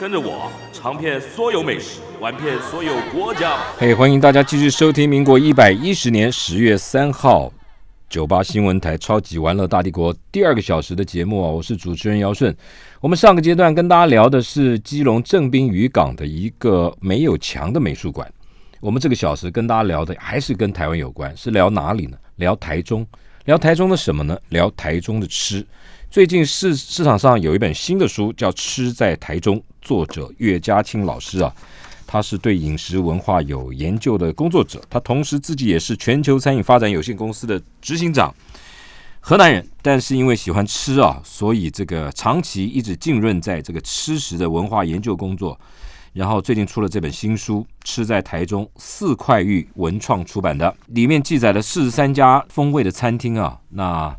跟着我尝遍所有美食，玩遍所有国家吧。嘿欢迎大家继续收听民国一百一十年十月三号九八新闻台《超级玩乐大帝国》第二个小时的节目啊，我是主持人姚顺。我们上个阶段跟大家聊的是基隆正滨渔港的一个没有墙的美术馆。我们这个小时跟大家聊的还是跟台湾有关，是聊哪里呢？聊台中，聊台中的什么呢？聊台中的吃。最近市市场上有一本新的书叫《吃在台中》，作者岳家清老师啊，他是对饮食文化有研究的工作者，他同时自己也是全球餐饮发展有限公司的执行长，河南人，但是因为喜欢吃啊，所以这个长期一直浸润在这个吃食的文化研究工作。然后最近出了这本新书《吃在台中》，四块玉文创出版的，里面记载了四十三家风味的餐厅啊，那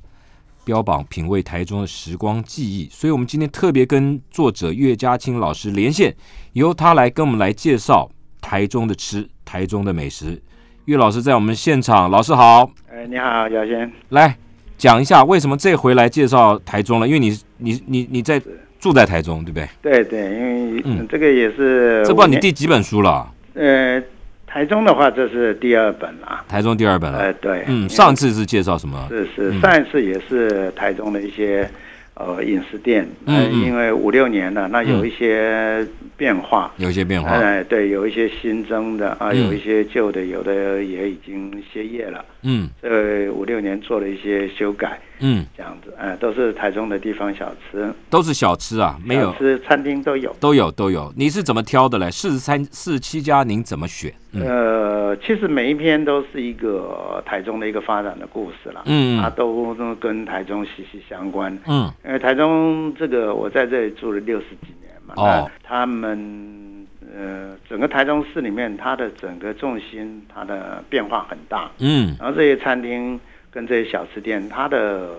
标榜品味台中的时光记忆。所以我们今天特别跟作者岳家清老师连线，由他来跟我们来介绍台中的吃、台中的美食。岳老师在我们现场，老师好，哎，你好，姚先。来讲一下为什么这回来介绍台中了？因为你你你你在住在台中，对不对？对对，因为、嗯这个也是这不知道你我第几本书了，年呃台中的话，这是第二本了、啊。台中第二本了呃，。对，因为嗯，上次是介绍什么？是是嗯上一次也是台中的一些呃饮食店，嗯呃嗯因为五六年了，那有嗯一些变化。有一些变化。哎，对，有一些新增的啊，嗯有一些旧的，有的也已经歇业了。嗯这五六年做了一些修改，嗯，这样子，哎，都是台中的地方小吃，都是小吃啊，没有小吃餐厅都有。都有都有。你是怎么挑的嘞？四十三、四十七家，您怎么选？嗯呃，其实每一篇都是一个台中的一个发展的故事啦，它嗯都都跟台中息息相关。嗯因为台中这个我在这里住了六十几年嘛，哦那他们呃整个台中市里面，它的整个重心它的变化很大，嗯然后这些餐厅跟这些小吃店，它的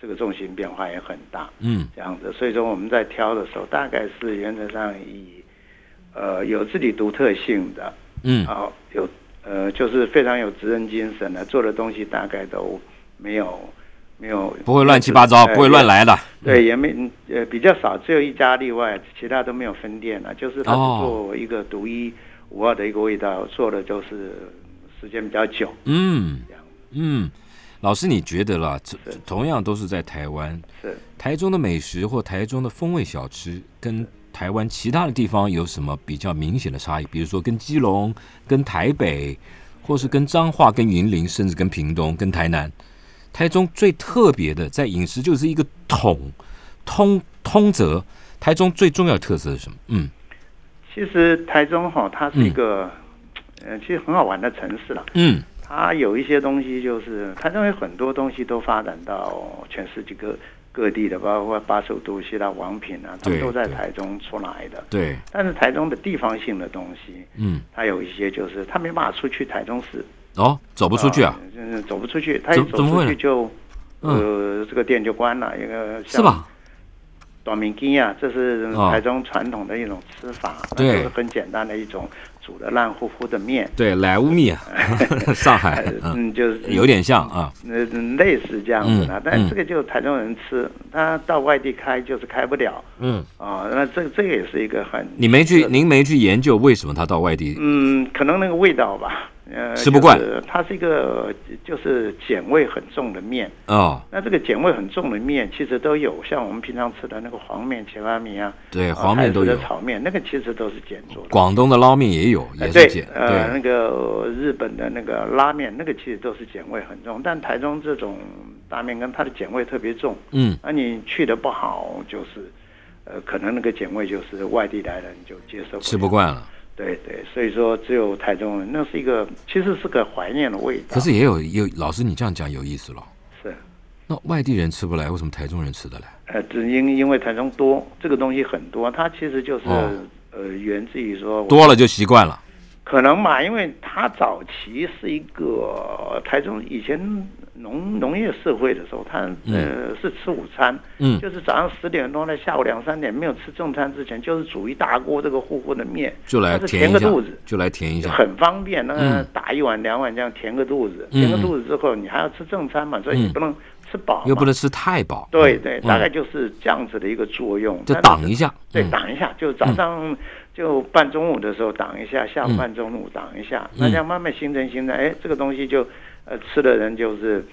这个重心变化也很大。嗯这样子。所以说我们在挑的时候，大概是原则上以呃有自己独特性的，嗯然后有呃就是非常有职人精神的，做的东西大概都没有没有不会乱七八糟，呃不会乱来的。对，也没呃比较少，只有一家例外，其他都没有分店了、就是它哦是做一个独一无二的一个味道，做的就是时间比较久。嗯这样嗯，老师，你觉得啦？这是同样都是在台湾，是台中的美食或台中的风味小吃跟。台湾其他的地方有什么比较明显的差异？比如说跟基隆、跟台北，或是跟彰化、跟云林，甚至跟屏东、跟台南，台中最特别的在饮食就是一个统通通则。台中最重要的特色是什么？嗯其实台中哈、它是一个、呃其实很好玩的城市了。嗯它有一些东西，就是它认为很多东西都发展到全世界各各地的，包括八十五度 C 啦、王品啊，他对们都在对台中出来的。对，但是台中的地方性的东西，嗯它有一些就是它没办法出去台中市，哦，走不出去啊？呃就是走不出去，它一怎走怎么会出呢去就嗯，呃这个店就关了，一个是像吧？短明鸡啊，这是哦台中传统的一种吃法，那对就是很简单的一种煮的烂乎乎的面，对，莱芜密啊， 上 海，嗯，嗯，就是有点像啊。呃，类似这样子啦，嗯但这个就是台中人吃，他到外地开就是开不了嗯，啊、那这这个也是一个很你没去，您没去研究为什么他到外地？嗯，可能那个味道吧，呃，吃不惯就是它是一个就是碱味很重的面，哦，那这个碱味很重的面其实都有，像我们平常吃的那个黄面、茄拉米啊，对，啊黄面都台式有的，炒面，那个其实都是碱做的。广东的捞面也有，呃也是对碱，，呃，那对，个日本的那个拉面，那个其实都是碱味很重，但台中这种大面羹它的碱味特别重，嗯，那你去的不好，就是，呃，可能那个碱味就是外地来的你就接受吃不不了。惯了。对对，所以说只有台中人，那是一个其实是个怀念的味道。可是也有也有老师，你这样讲有意思了。是，那外地人吃不来，为什么台中人吃得来？呃，只因因为台中多，这个东西很多，它其实就是、哦呃，源自于说我多了就习惯了。可能嘛，因为它早期是一个台中以前农农业社会的时候，它呃是吃午餐，嗯就是早上十点多呢，下午两三点没有吃正餐之前，就是煮一大锅这个糊糊的面，就来但是填填一个下肚子，，就来填一下。很方便，那个嗯打一碗两碗这样填个肚子，嗯填个肚子之后你还要吃正餐嘛，所以嗯你不能吃饱嘛，又不能吃太饱，对对，嗯大概就是这样子的一个作用，就但是挡一下，对，嗯挡一下，就早上就半中午的时候挡一下，下午半中午挡一下，嗯那这样慢慢形成形成，哎，这个东西就呃吃的人就是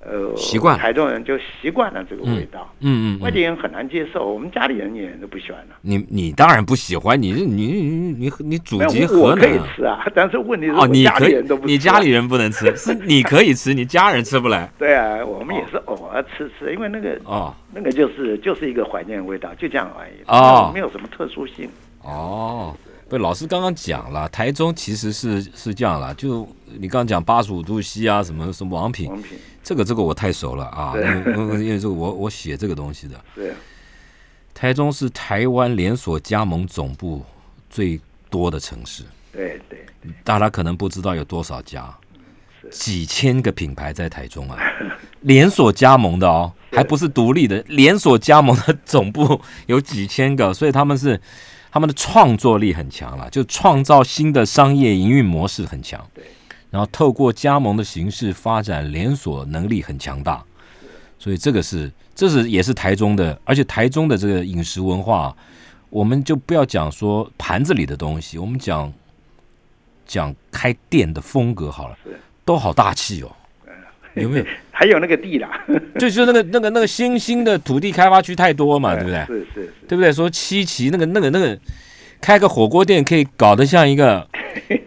呃习惯了台中人就习惯了这个味道，嗯嗯外嗯，地人很难接受，我们家里人也都不喜欢了。你你当然不喜欢，你你你你你祖没有籍，我河可南以啊，吃啊， 但是问题是哦，我你家可里以人都，不吃啊，你家里人不能吃， 是你可以吃，你家人吃不来对啊，我们也是偶尔吃吃，因为那个哦那个就是就是一个怀念的味道，就这样而已，哦没有什么特殊性。哦。不，老师刚刚讲了，台中其实是是这样啦，就你刚刚讲八十五度 C 啊，什么什么王品王，品这个这个我太熟了啊，因为因为因为这个我我写这个东西的，对，台中是台湾连锁加盟总部最多的城市，对对， 大家可能不知道有多少家，几千个品牌在台中啊， 连锁加盟的哦，还不是独立的，连锁加盟的总部有几千个，所以他们是他们的创作力很强了，就创造新的商业营运模式很强对，然后透过加盟的形式发展连锁能力很强大，所以这个是这是也是台中的，而且台中的这个饮食文化啊、我们就不要讲说盘子里的东西，我们讲讲开店的风格好了是，都好大气哦。有没有？还有那个地啦，就就那个那个那个新兴的土地开发区太多嘛，对不对？ 是是是。对不对？说七旗那个那个那个，开个火锅店可以搞得像一个，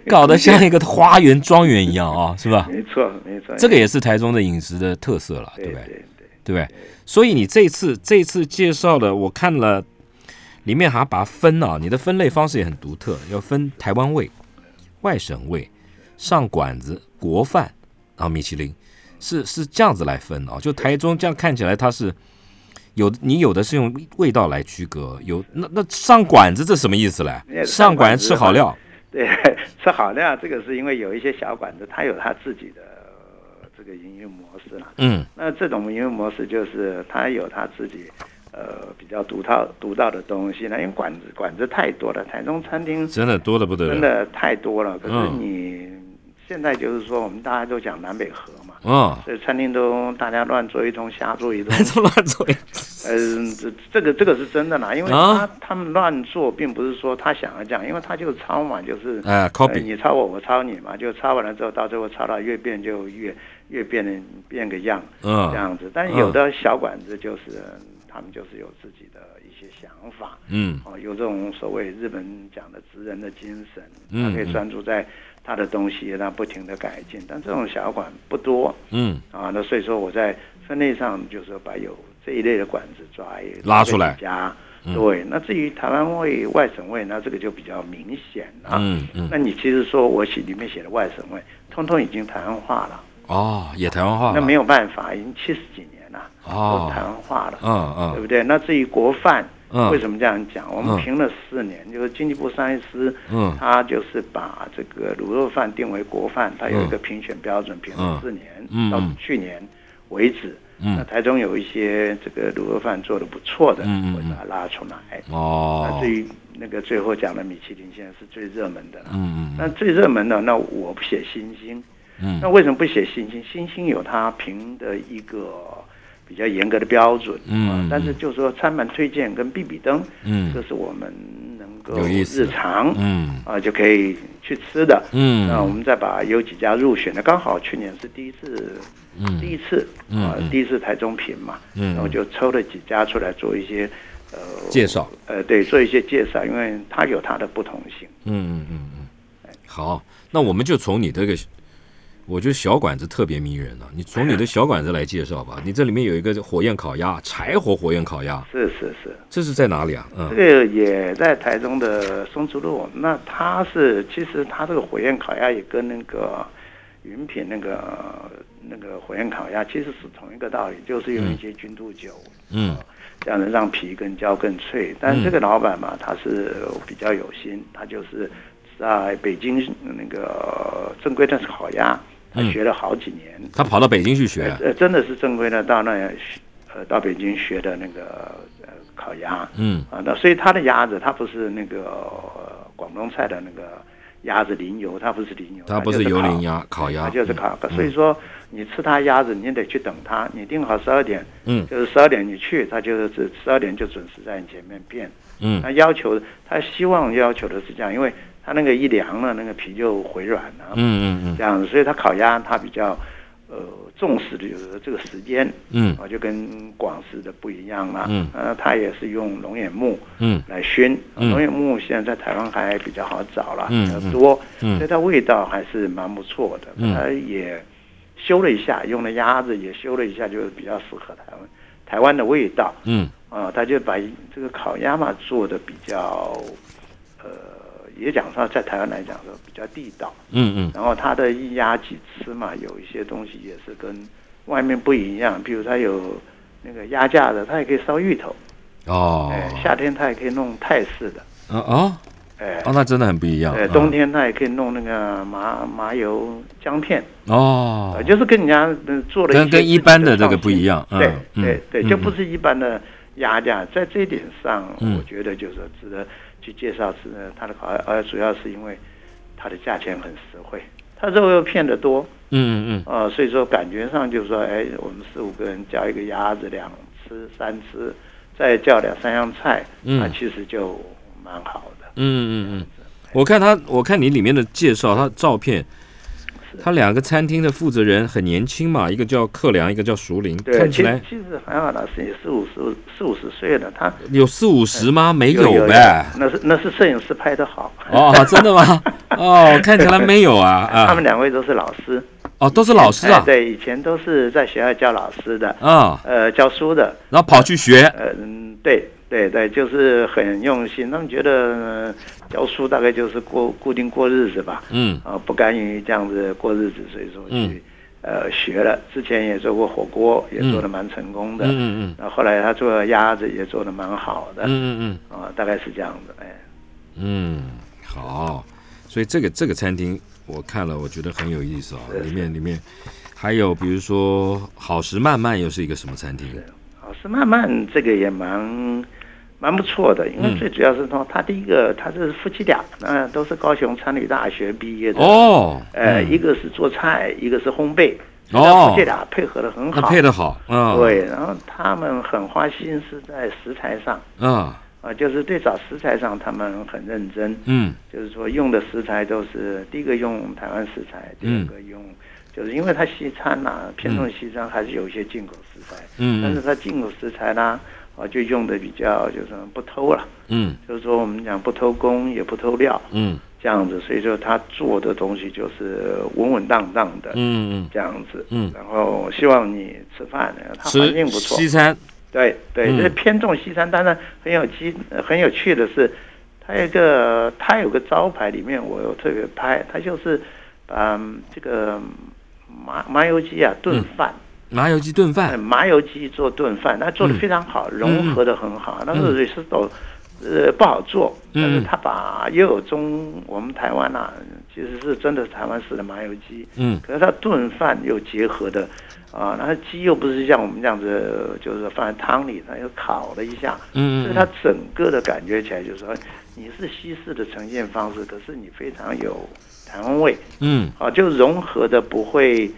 搞得像一个花园庄园一样啊，是吧？没错，没错，这个也是台中的饮食的特色了，对对不对？对对，对不对？所以你这次这次介绍的，我看了，里面还把它分啊，你的分类方式也很独特，要分台湾味、外省味、上馆子、国饭，然后米其林，是是这样子来分啊。就台中这样看起来，它是有你有的是用味道来区隔，有那那上馆子这什么意思嘞？那上馆子吃好料，对， 吃好料这个是因为有一些小馆子，它有它自己的呃这个营运模式啦。嗯那这种营运模式就是它有它自己呃比较独到独到的东西那因为馆子馆子太多了，台中餐厅真的多的不得真了。的太多了。可是嗯你现在就是说，我们大家都讲南北合嘛。嗯， 所以餐厅都大家乱做一通，瞎做一通，这乱做，嗯，这这个这个是真的啦，因为他、啊他们乱做，并不是说他想要这样，因为他就是抄嘛，就是哎呃，copy，你抄我，我抄你嘛，就抄完了之后，到最后抄到越变就越越变得变个样这嗯样子。但有的小馆子就是、他们就是有自己的一些想法，嗯哦，有这种所谓日本讲的职人的精神，嗯他可以嗯专注在他的东西，让不停的改进。但这种小馆不多，嗯，啊，那所以说我在分类上就是把有这一类的馆子抓一拉出来嗯加。对，那至于台湾味、外省味，那这个就比较明显了。嗯嗯那你其实说我写里面写的外省味，通通已经台湾化了，哦，也台湾话那了没有办法，已经七十几年了，哦都台湾化了，嗯嗯对不对？那至于国饭，嗯为什么这样讲？我们嗯评了四年，就是经济部商业司，嗯他就是把这个卤肉饭定为国饭，它有一个评选标准，评嗯了四年，嗯到嗯去年为止。嗯那台中有一些这个卤肉饭做的不错的，嗯嗯我把它拉出来。那哦至，于那个最后讲的米其林，现在是最热门的了。嗯嗯那最热门的，那我不写星星，嗯那为什么不写星星？星星有它评的一个比较严格的标准，嗯啊嗯但是就是说餐盘推荐跟必比登，嗯这是我们能够有意思日常嗯啊就可以去吃的，嗯那我们再把有几家入选的，刚好去年是第一次，嗯第一次啊嗯嗯，第一次台中评嘛，嗯然后就抽了几家出来做一些呃介绍，呃对，做一些介绍，因为它有它的不同性。嗯嗯嗯嗯，好，那我们就从你这个，我觉得小馆子特别迷人啊，你从你的小馆子来介绍吧。你这里面有一个火焰烤鸭，柴火火焰烤鸭，是是是，这是在哪里啊？嗯这个也在台中的松竹路。那它是其实它这个火焰烤鸭也跟那个云品那个、呃那个火焰烤鸭，其实是同一个道理，就是用一些菌度酒，啊嗯这样能让皮跟胶更脆。但这个老板嘛，他是比较有心，他就是在北京那个正规的烤鸭，他嗯学了好几年，他跑到北京去学啊，呃，真的是正规的到那学呃到北京学的那个呃烤鸭，嗯啊，那所以它的鸭子，它不是那个、呃广东菜的那个鸭子淋油，它不是淋油，它不就是油烤哎淋鸭烤鸭它就是嗯烤。所以说，你吃它鸭子，你得去等它，你定好十二点，嗯就是十二点你去，它就是只十二点就准时在你前面变。嗯他要求，他希望要求的是这样，因为它那个一凉了，那个皮就回软了，嗯嗯这样子，所以它烤鸭它比较。呃，重视的就是这个时间，嗯啊，就跟广式的不一样了。嗯呃，它也是用龙眼木，嗯来熏。嗯龙眼木现在在台湾还比较好找了，嗯比较多，嗯所以它味道还是蛮不错的。嗯它也修了一下，用了鸭子也修了一下，就是比较适合台湾台湾的味道嗯啊。他就把这个烤鸭嘛做的比较，呃，也讲说在台湾来讲说比较地道。嗯嗯然后它的一鸭几吃嘛，有一些东西也是跟外面不一样，比如它有那个鸭架的，它也可以烧芋头，哦哎，夏天它也可以弄泰式的。啊哦哎哦，那真的很不一样呃，。嗯冬天它也可以弄那个麻麻油姜片，哦呃，，就是跟人家呃做了一些跟跟一般的这个不一样自己的嗯创嗯新对对嗯对，就不是一般的鸭架，在这一点上，嗯我觉得就是说值得去介绍是呃它的烤鸭，呃，主要是因为它的价钱很实惠，它肉又片得多，嗯嗯呃，所以说感觉上就是说，哎，我们四五个人叫一个鸭子两吃三吃，再叫两三样菜，嗯那其实就蛮好的。嗯嗯嗯，我看他，我看你里面的介绍，他照片，他两个餐厅的负责人很年轻嘛，一个叫克良，一个叫熟林，对，看其起实来其实韩老师也四五十四五十岁了，他有四五十嗯吗？没哎呗。那是那是摄影师拍的好。哦，真的吗？哦，看起来没有啊 他啊们，两位都是老师，哦，都是老师哎啊对，以前都是在学校教老师的，啊，呃，教书的，然后跑去学，呃嗯，对对对，就是很用心。他们觉得、呃教书大概就是过固定过日子吧，嗯啊、不甘于这样子过日子，所以说嗯去、呃学了。之前也做过火锅，也做的蛮成功的。嗯嗯然后后来他做鸭子也做的蛮好的，嗯嗯啊、大概是这样子，哎。嗯嗯，好，所以这个这个餐厅我看了，我觉得很有意思啊，里面里面还有比如说好时慢慢又是一个什么餐厅？好是慢慢这个也蛮蛮不错的，嗯因为最主要是说他第一个他是夫妻俩，那、都是高雄餐旅大学毕业的，，哦，呃，嗯一个是做菜，一个是烘焙，哦夫妻俩配合的很那好，配的好，嗯，，对，然后他们很花心思在食材上。嗯啊，就是对找食材上，他们很认真，嗯就是说用的食材都是第一个用台湾食材，第嗯二个用，就是因为它西餐呐、偏重西餐还是有一些进口食材，但是嗯它进口食材啦，啊，就用的比较就是不偷了，嗯就是说我们讲不偷工也不偷料嗯这样子，所以说他做的东西就是稳稳当当的嗯这样子，嗯然后希望你吃饭，呃嗯，它环境吃不错，西餐，对对，嗯这偏重西餐，当然很有机呃很有趣的是，它有一个它有个招牌里面我有特别拍，它就是嗯这个麻麻油鸡啊炖饭。麻油鸡炖哎饭，麻油鸡做炖饭，它做的非常好，融合的很好。但是 risotto，呃，不好做，嗯但是它把又有中我们台湾啊，其实是真的台湾式的麻油鸡，嗯可是它炖饭又结合的。啊，然后鸡又不是像我们这样子，就是放在汤里，它又烤了一下，嗯所以它整个的感觉起来就是说，你是西式的呈现方式，可是你非常有台湾味，嗯啊，就融合的不会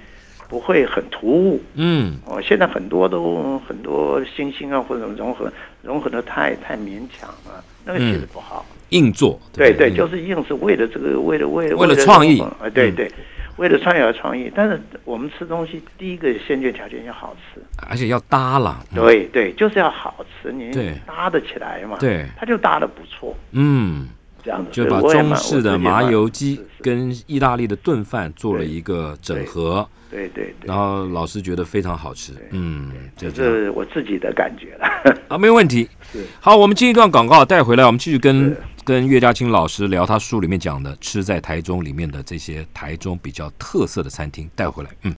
不会很突兀，嗯哦，现在很多都很多新兴啊或者融合融合的太太勉强了，那个其实不好。硬做，对不对，嗯就是硬是为了这个，为了为了为了创意啊，对嗯对，为了创意而创意。但是我们吃东西，第一个先决条件要好吃，而且要搭了，嗯对对，就是要好吃，你对搭得起来嘛，对它就搭得不错，嗯，这样子。就所把以我也中蛮式的麻油鸡，我自己也蛮是是跟意大利的炖饭做了对一个整合，对对对然，后老师觉得非常好吃，嗯，就这这样是我自己的感觉了。 啊，没有问题是。好，我们进一段广告，带回来我们继续跟是跟岳家清老师聊他书里面讲的吃在台中里面的这些台中比较特色的餐厅带回来。嗯，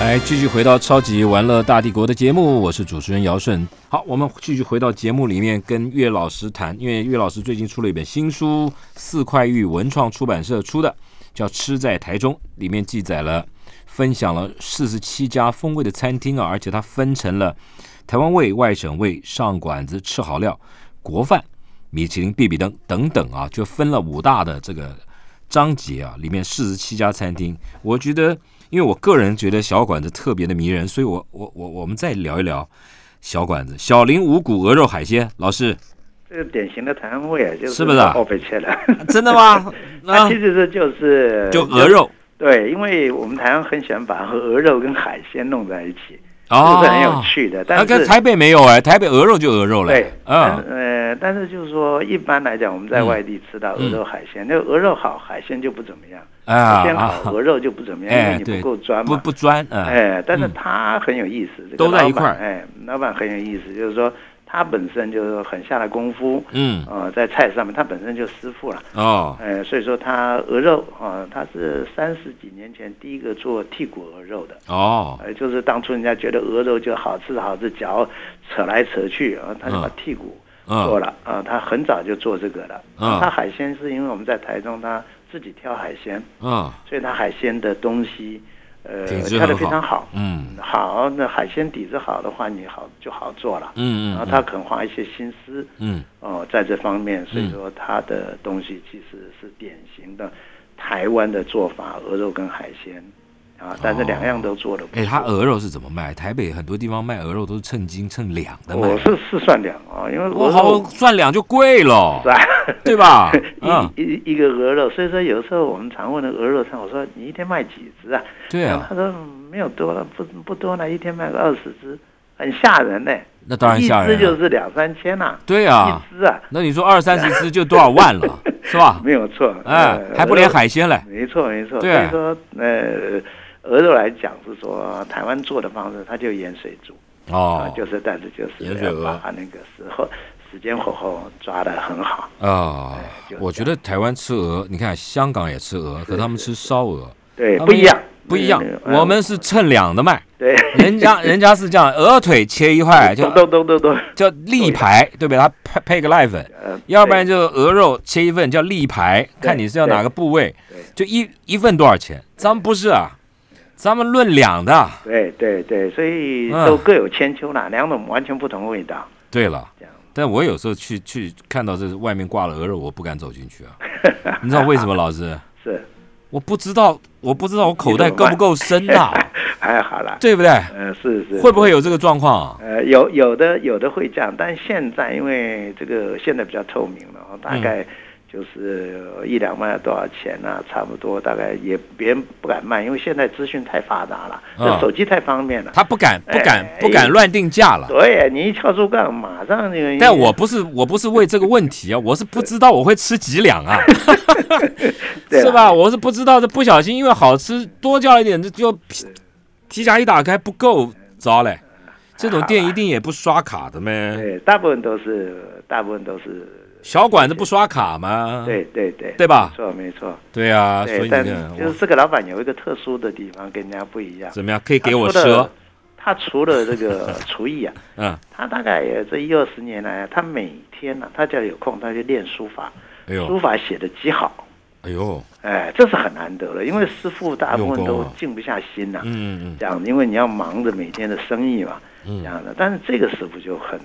来继续回到《超级玩乐大帝国》的节目，我是主持人姚顺。好，我们继续回到节目里面跟岳老师谈，因为岳老师最近出了一本新书，四块玉文创出版社出的，叫《吃在台中》，里面记载了。分享了四十七家风味的餐厅啊，而且它分成了台湾味、外省味、上馆子、吃好料、国饭、米其林、必比登等等啊，就分了五大的这个章节啊，里面四十七家餐厅。我觉得，因为我个人觉得小馆子特别的迷人，所以我我我我们再聊一聊小馆子。小林五谷鹅肉海鲜，老 师这个典型的台湾味啊，就是是不是啊后背切了，真的吗？它啊 其，实这就是就鹅肉对，因为我们台湾很喜欢把鹅肉跟海鲜弄在一起，啊，这是很有趣的。但啊，跟是台北没有哎，台北鹅肉就鹅肉了。对，但嗯是，呃，但是就是说，一般来讲，我们在嗯外地吃到鹅肉海鲜，那、鹅肉好，海鲜就不怎么样；啊海鲜啊好，鹅肉就不怎么样，哎因为对你不够专不嘛。不专，嗯，哎，但是嗯它很有意思，这个都在一块儿老板哎，老板很有意思，就是说他本身就是很下了功夫，嗯呃，在菜上面他本身就师傅了，哦，呃，所以说他鹅肉啊、呃他是三十几年前第一个做剔骨鹅肉的，哦，呃，就是当初人家觉得鹅肉就好吃好吃，嚼扯来扯去啊，他就把嗯剔骨做嗯，了啊、他很早就做这个了。嗯啊他海鲜是因为我们在台中，他自己挑海鲜，嗯，所以他海鲜的东西，呃，品质挑的很非好常好。嗯，好，那海鲜底子好的话，你好就好做了。嗯然后嗯，他肯花一些心思嗯，哦、在这方面，所以说他的东西其实是典型的台湾的做法，鹅肉跟海鲜啊，但是两样都做的不错。哦哎，他鹅肉是怎么卖？台北很多地方卖鹅肉都是称斤称两的卖我，是是算两啊、因为我鹅好肉算两就贵了是， 啊。对 吧？嗯，一一一个鹅肉，所以说有时候我们常问的鹅肉摊，我说你一天卖几只啊？对然后啊他，说嗯没有多了，不不多了，一天卖个二十只，很吓人呢、那当然吓一只就人啊了，是两三千呐、对啊，一只啊，那你说二三十只就多少万了，是吧？没有错。哎呃，还不连，海鲜嘞鹅，肉没错没错。所对以说，呃，鹅肉来讲是说台湾做的方式，它就盐水煮啊、哦，就是但是就是盐水鹅要把那个时候时间火候抓的很好。啊哎就，我觉得台湾吃鹅，你看香港也吃鹅，可他们吃烧鹅，对，他不们一样，不一样没有没，有我们是称两的卖。对，人家人家是这样，鹅腿切一块就都都都都都，叫立排，对不对？它配配个濑粉，呃，要不然对就鹅肉切一份叫立排，对看你是要哪个部位对，就一一份多少钱？咱们不是啊，咱们论两的。对对对，所以嗯都各有千秋啦，两种完全不同的味道。对了这样，但我有时候去去看到这外面挂了鹅肉，我不敢走进去啊，你知道为什 么，老师？是，我不知道，我不知道我口袋够不够深呐、 还好啦。对不对？呃，是是，会不会有这个状况啊？呃，有有的有的会这样，但现在因为这个现在比较透明了，大嗯概就是一两万多少钱啊，差不多，大概也别人不敢卖，因为现在资讯太发达了，嗯这手机太方便了。他不敢，不敢，哎不敢乱定价了。对你一敲竹杠，马上那个。 但我不是我不是为这个问题啊，我是不知道我会吃几两啊， 对是啦吧？我是不知道，这不小心因为好吃多叫一点，这就皮皮夹一打开不够，糟嘞！这种店一定也不刷卡的咩？对，大部分都是，大部分都是，小馆子不刷卡吗？对对对，嗯对吧没错没错。对啊，所以对，你但看就是我这个老板有一个特殊的地方，跟人家不一样。怎么样可以给我他赊除了？他除了这个厨艺啊，嗯，他大概也这一二十年来啊，他每天呢、他只要有空，他就练书法，哎书呦法写的极好，哎呦，哎，这是很难得的，因为师傅大部分用都功啊静不下心呐、嗯嗯这样，因为你要忙着每天的生意嘛，这嗯样的。但是这个师傅就很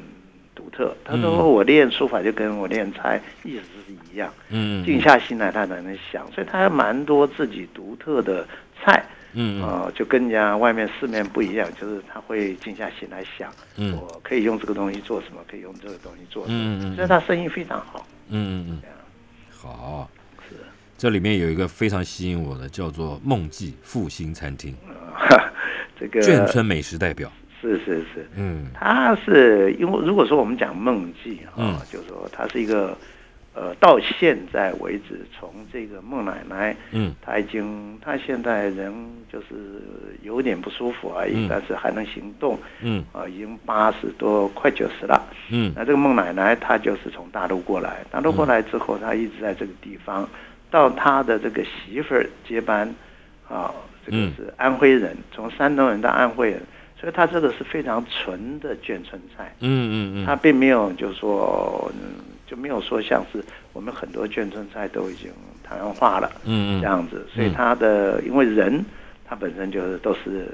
独特，他说嗯我练书法就跟我练猜意思是一样，嗯静嗯下心来他才能想，所以他还蛮多自己独特的菜。嗯嗯呃，就跟人家外面市面不一样，就是他会静下心来想，嗯我可以用这个东西做什么，可以用这个东西做什么，嗯嗯所以他生意非常好。嗯嗯嗯这样，好是。这里面有一个非常吸引我的，叫做梦记复兴餐厅，呃、这个眷村美食代表。是是是，嗯他是因为如果说我们讲梦记啊、嗯就是说它是一个呃，到现在为止，从这个孟奶奶，嗯，她已经，她现在人就是有点不舒服而已，嗯但是还能行动，嗯啊、已经八十多，快九十了。嗯那这个孟奶奶她就是从大陆过来，大陆过来之后，她一直在这个地方，到她的这个媳妇儿接班，啊，这个嗯是安徽人，从山东人到安徽人，所以她这个是非常纯的眷村菜。嗯嗯它嗯，并没有就是说，嗯，就没有说像是我们很多眷村菜都已经台湾化了，嗯嗯这样子，所以它的因为人它本身就是都是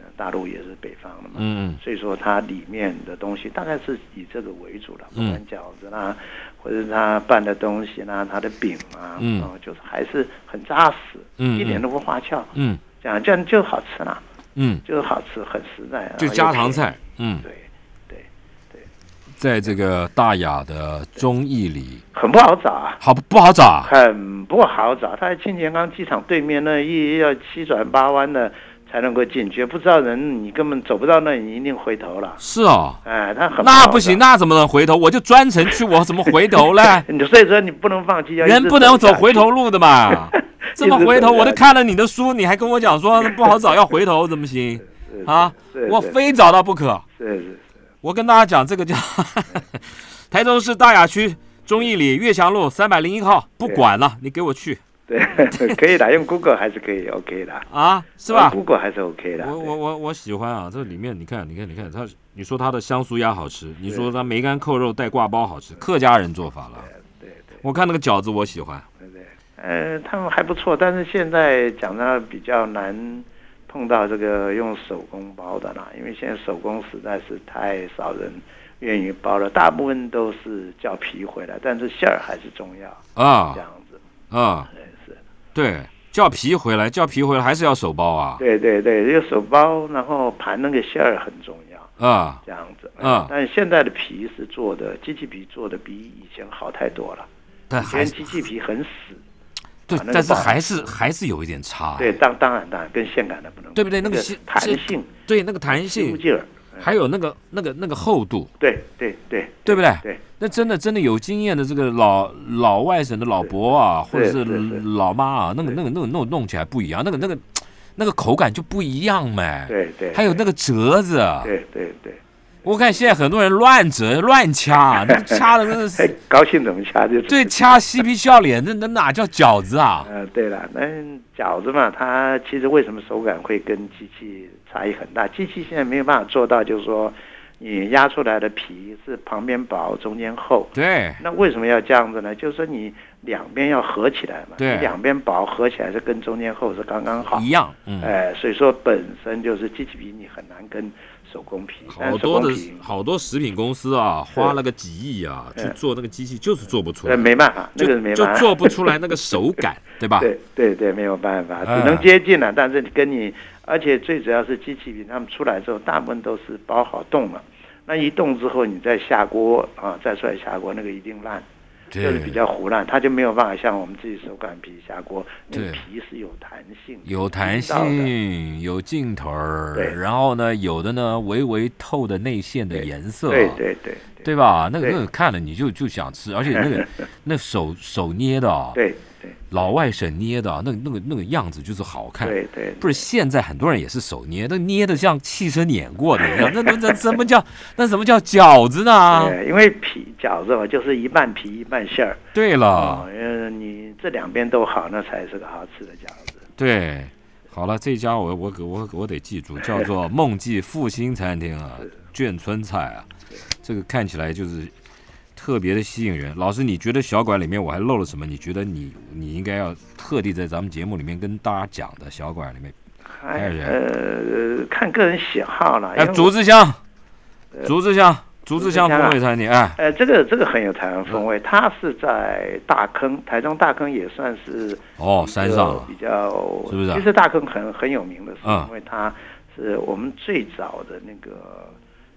呃大陆也是北方的嘛，嗯所以说它里面的东西大概是以这个为主了，嗯不管饺子啦，或者是它拌的东西啦，它的饼啊，嗯哦就是还是很扎实，嗯一点都不花俏，嗯这样这样就好吃了，嗯，就是好吃，很实在，啊就然后又家常便宜，菜，嗯，对对，在这个大雅的中艺里，很不好找啊。好不好找？很不好找，他在清泉岗机场对面那一要七转八弯的才能够进去，不知道人你根本走不到那里，你一定回头了。是哦，哎，他很那好不行，找，那怎么能回头？我就专程去，我怎么回头嘞？ 你所以说你不能放弃，要一直人不能走下去回头路的嘛。 这么回头，我都看了你的书，你还跟我讲说不好找，要回头怎么行是啊是？是我非找到不可。是是我跟大家讲，这个叫 台州市大雅区忠义里岳祥路三百零一号，不管了，你给我去对， 可以的，用 Google 还是可以 OK 的，啊， 是吧？ ？Google 还是 OK 的。我我我我喜欢啊，这里面你看你看你看它，你说它的香酥鸭好吃，你说它梅干扣肉带挂包好吃，客家人做法了。对对我看那个饺子我喜欢，对对，呃，他们还不错，但是现在讲到比较难碰到这个用手工包的啦，因为现在手工实在是太少人愿意包了，大部分都是叫皮回来，但是馅儿还是重要，啊这样子，啊，对是，对，叫皮回来，叫皮回来还是要手包啊对对对，用手包，然后盘那个馅儿很重要。啊，这样子，哎嗯但是现在的皮是做的，机器皮做的比以前好太多了。但以还前是机器皮很死，对把那，个但是包还是还是有一点差，对，当当然当然跟现擀的不能，对不对那个个是弹是性，对，那个弹不性，劲儿，还有那个那个那个厚度，对对对对不对？对，那真的真的有经验的这个老老外省的老伯啊，或者是对对老妈啊，那个那个那个弄弄起来不一样，那个那个那个口感就不一样嘛。对对，还有那个折子，啊对对对，我看现在很多人乱折乱掐，啊那个掐的 真的哎是，高兴怎么掐就对 掐嬉皮笑脸，那那哪叫饺子啊？呃，对了，那饺子嘛，它其实为什么手感会跟机器差异很大？机器现在没有办法做到，就是说你压出来的皮是旁边薄，中间厚。对，那为什么要这样子呢？就是说你两边要合起来嘛，对你两边薄合起来是跟中间厚是刚刚好一。样，嗯，哎、所以说本身就是机器皮，你很难跟手工皮，但好是手多工的皮好多食品公司啊，花了个几亿啊，去嗯做那个机器，就是做不出来呃，，没办法，那个是就没就办法，做不出来那个手感，对吧？对对对，没有办法，哎只能接近了。但是跟你，而且最主要是机器品，他们出来之后，大部分都是包好冻了。那一冻之后，你再下锅啊，再出来下锅，那个一定烂，就对是比较糊烂，它就没有办法像我们自己手擀皮下锅，那对个皮是有弹性，有弹筋道的。性，有劲头儿对，然后呢，有的呢微微透的内馅的对颜色，对对对对对吧？那个对那个看了你就就想吃，而且那 个那手手捏的啊，对对老外省捏的啊，那个那个那个样子就是好看。对对，不是现在很多人也是手捏，那捏的像汽车碾过的一样，那那那怎么叫那怎么叫饺子呢？ 对，因为皮饺子嘛，就是一半皮一半馅儿对了，哦，呃，你这两边都好，那才是个好吃的饺子。对，好了，这家我我我我得记住，叫做梦记复兴餐厅啊，眷村菜啊，这个看起来就是特别的吸引人。老师，你觉得小馆里面我还漏了什么？你觉得你你应该要特地在咱们节目里面跟大家讲的小馆里面，哎还有呃，看个人喜好了。哎，因为竹我呃子香，竹子香，竹子子香香风啊味餐厅，哎，呃，这个这个很有台湾风嗯味，它是在大坑，台中大坑也算是哦，一山个上了比较，是不是啊其实大坑很很有名的是，嗯因为它是我们最早的那个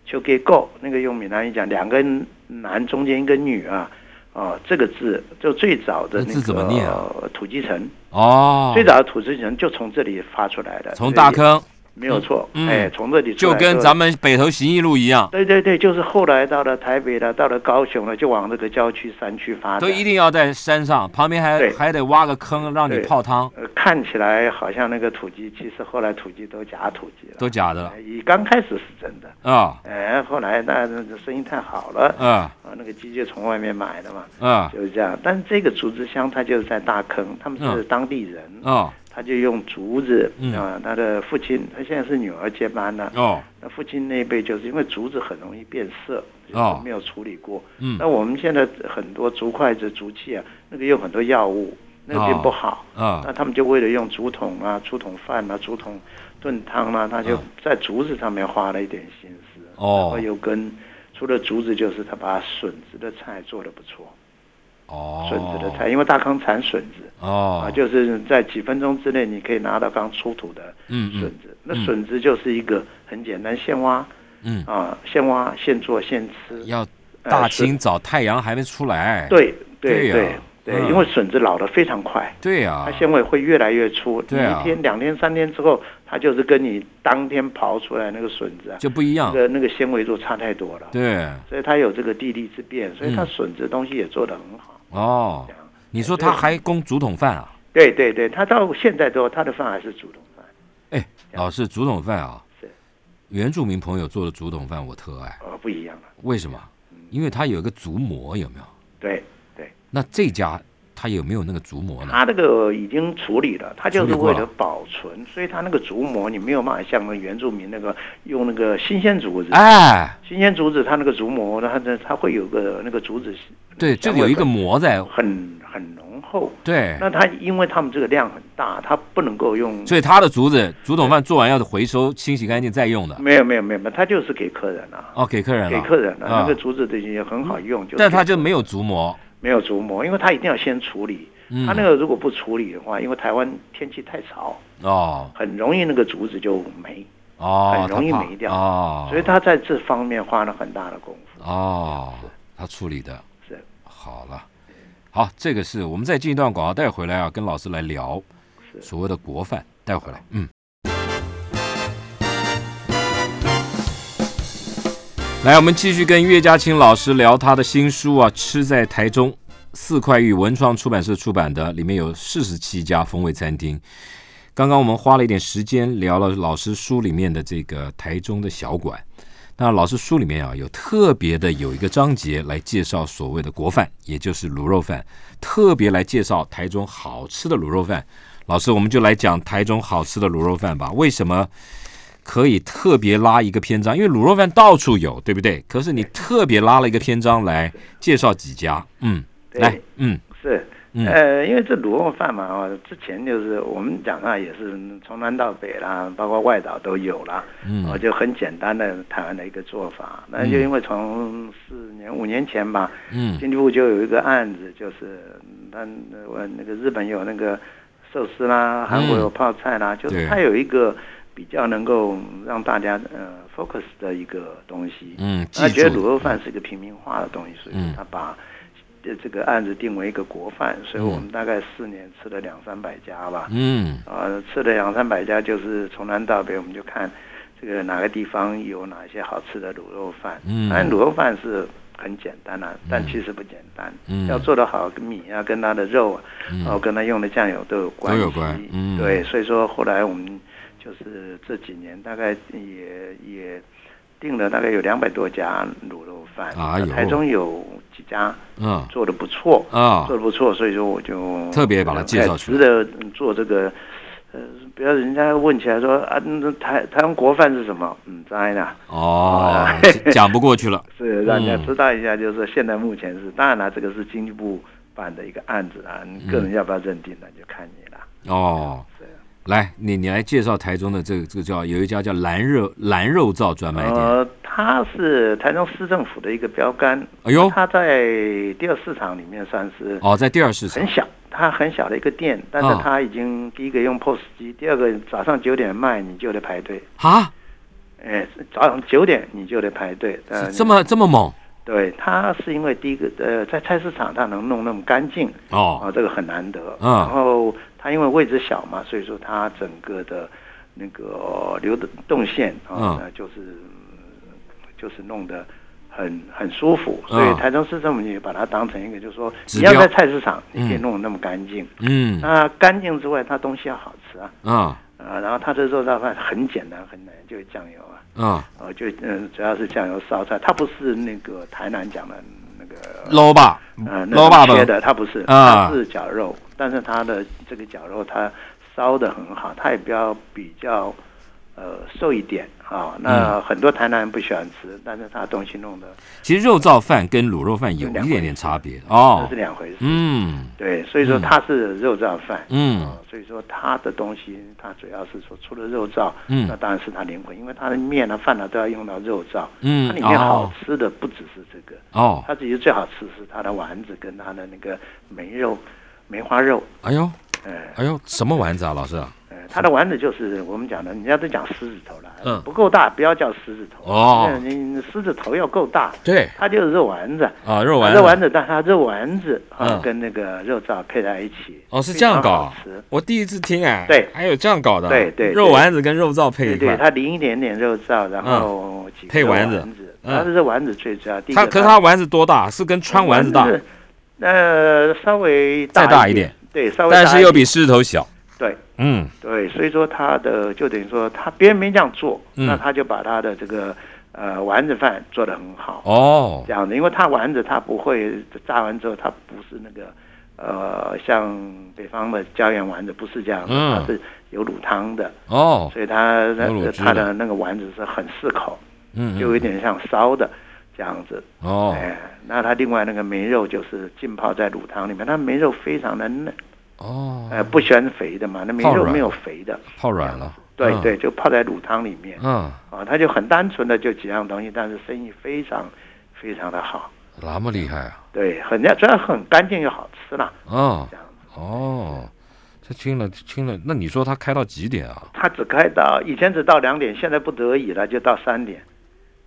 秋给够，那个用闽南语讲，两个男中间一个女啊。哦，这个字就最早的那那字个怎么念啊土鸡城，哦最，早的土鸡城就从这里发出来的。从大所以坑，没有错，嗯哎，从这里出就来跟之后咱们北投行义路一样，对对对，就是后来到了台北了，到了高雄了，就往这个郊区山区发都展。一定要在山上，旁边还对还得挖个坑让你对泡汤，呃，看起来好像那个土鸡，其实后来土鸡都假土鸡了。都假的了哎一刚开始是真的，啊哎，后来那那生意太好了，啊啊，那个鸡就从外面买的嘛，啊就是这样。但是这个竹子乡，它就是在大坑，他们是当地人，啊他就用竹子嗯啊，他的父亲，他现在是女儿接班了。哦那父亲那一辈就是因为竹子很容易变色，哦就是没有处理过。嗯那我们现在很多竹筷子、竹器啊，那个有很多药物，那个并不好。啊那他们就为了用竹筒啊、竹筒饭啊、竹筒炖汤啊，他就啊在竹子上面花了一点心思。啊然后哦又跟除了竹子，就是他把笋子的菜做得不错，笋哦子的菜，因为大康产笋子。啊，哦就是在几分钟之内，你可以拿到刚出土的嗯笋嗯子。那笋子就是一个很简单，现挖，嗯啊，现挖现做现吃。要呃大笋清早太阳还没出来，对对对呀对对，嗯因为笋子老得非常快，对呀它，纤维会越来越粗。啊对啊一天、两天、三天之后，它就是跟你当天刨出来那个笋子啊，就不一那样，个那个纤维就差太多了。对所以它有这个地利之便，所以它嗯笋子东西也做得很好。哦这样，你说他还供竹筒饭啊？对对对，它到现在都它的饭还是主动饭。哎，老师，竹筒饭啊是，原住民朋友做的竹筒饭我特爱，呃，不一样了。为什么？嗯因为它有一个竹膜，有没有？对对，那这家它有没有那个竹膜呢？它这个已经处理了，它就处是为理过了了保存，所以它那个竹膜你没有办法像那原住民那个用那个新鲜竹子，哎，新鲜竹子它那个竹膜，它它它会有个那个竹子对，这香个味有一个膜在，很很浓厚。对，那它因为他们这个量很大，它不能够用。所以它的竹子竹筒饭做完要回收、清洗干净再用的，没有没有没有，没有它就是给客人了，哦，给客人嗯给了，客人了。啊那个竹子的也很好用，就但给它就没有竹膜，没有竹膜，因为它一定要先处理。嗯它那个如果不处理的话，因为台湾天气太潮，哦很容易那个竹子就霉。哦，很容易它怕没掉哦，所以他在这方面花了很大的功夫。哦，他处理的是好了，好，这个是我们再进一段广告带回来啊，跟老师来聊是所谓的国饭，带回来，嗯。来，我们继续跟岳家清老师聊他的新书啊，《吃在台中》，四块玉文创出版社出版的，里面有四十七家风味餐厅。刚刚我们花了一点时间聊了老师书里面的这个台中的小馆，那老师书里面啊，有特别的有一个章节来介绍所谓的国饭，也就是卤肉饭，特别来介绍台中好吃的卤肉饭。老师，我们就来讲台中好吃的卤肉饭吧。为什么可以特别拉一个篇章？因为卤肉饭到处有，对不对？可是你特别拉了一个篇章来介绍几家，嗯，对来，嗯，是，嗯呃，因为这卤肉饭嘛，哦，之前就是我们讲啊，也是从南到北啦，包括外岛都有啦，嗯哦，就很简单的台湾的一个做法。那就因为从四年五年前吧，嗯经济部就有一个案子，就是嗯那呃我那个日本有那个寿司啦，韩国有泡菜啦，就嗯是对它有一个比较能够让大家呃 focus 的一个东西，嗯，记他觉得卤住，肉饭是一个平民化的东西，所以嗯他把呃这个案子定为一个国饭，所以我们大概四年吃了两三百家吧，嗯呃，吃了两三百家，就是从南到北，我们就看这个哪个地方有哪些好吃的卤肉饭。嗯当然卤肉饭是很简单啦、但其实不简单，嗯要做得好，米啊跟它的肉啊，然后嗯跟它用的酱油都有关系，都有关嗯对，所以说后来我们就是这几年大概也也订了大概有两百多家卤肉饭，哎呦台中有几家嗯做的不错，啊做的不错，所以说我就特别把它介绍哎出来值得做这个。呃，不要人家问起来说啊，那台台湾国饭是什么？嗯，张爱娜 哦，讲不过去了，是让人嗯家知道一下，就是说现在目前是，当然了，这个是经济部办的一个案子啊，你个人要不要认定呢，就看你了。哦，来，你你来介绍台中的这个这个叫有一家叫蓝肉蓝肉燥专卖店，呃，它是台中市政府的一个标杆，哎呦它在第二市场里面算是哦，在第二市场很，小，它很小的一个店，但是啊它已经第一个用 POS 机，第二个早上九点卖你就得排队，啊，哎，早上九点你就得排队，呃这么这么猛对，它是因为第一个呃，在菜市场它能弄那么干净，啊、哦，这个很难得。嗯然后它因为位置小嘛，所以说它整个的那个流的动线啊嗯，那就是嗯就是弄得很很舒服，嗯所以台中市政府也把它当成一个，就是说指你标要在菜市场，你可以嗯弄得那么干净。嗯那干净之外，它东西要好吃啊，啊啊，然后它的肉燥饭很简单很难，就是酱油啊，啊，呃，就嗯，主要是酱油烧菜，它不是那个台南讲的那个捞吧呃，那捞嗯吧吧种切，的，它不是，啊它是绞肉，但是它的这个绞肉它烧的很好，它也比较比较呃瘦一点啊。那嗯很多台南人不喜欢吃，但是它东西弄的其实肉燥饭跟卤肉饭有一点点差别哦这是。两回事，嗯对，所以说它是肉燥饭。嗯啊，所以说它的东西，它主要是说除了肉燥，嗯那当然是它灵魂，因为它的面啊、饭啊都要用到肉燥，嗯它里面好哦吃的不只是这个，哦，它其实最好吃是它的丸子跟它的那个梅肉、梅花肉，哎呦呃哎呦，什么丸子啊，老师？呃，它的丸子就是我们讲的，人家都讲狮子头了，嗯不够大不要叫狮子头，哦呃你你狮子头要够大，对它就是肉丸子。啊，肉丸肉丸子，但它肉丸子啊、嗯跟那个肉燥配在一起，哦是这样非常搞好吃啊，我第一次听哎，对还有这样搞的啊，对对对肉丸子跟肉燥配对一对，块，它淋一点点肉燥，然后几嗯个配丸子子嗯它是这丸子最主要。第一它个可是它丸子多大？是跟川丸子大，，呃，稍微再大一一点，，对，稍微大一但点，是又比狮头小。对嗯对，所以说它的就等于说它别人没这样做，嗯那他就把他的这个呃丸子饭做得很好，哦这样的，因为它丸子它不会炸完之后它不是那个。呃，像北方的椒盐丸子不是这样的，嗯它是有卤汤的，哦，所以它有卤它汁它的的那个丸子是很适口，嗯就嗯有一点像烧的这样子。哦哎，那它另外那个梅肉就是浸泡在卤汤里面，那梅肉非常的嫩，哦，呃，不喜欢肥的嘛，那梅泡肉软没有肥的，泡软了。对嗯对，就泡在卤汤里面嗯，啊，它就很单纯的就几样东西，但是生意非常非常的好，那么厉害啊！对，很主要很干净又好吃啦，嗯这样子。哦，这听了听了，那你说他开到几点啊？它只开到以前只到两点，现在不得已了，就到三点。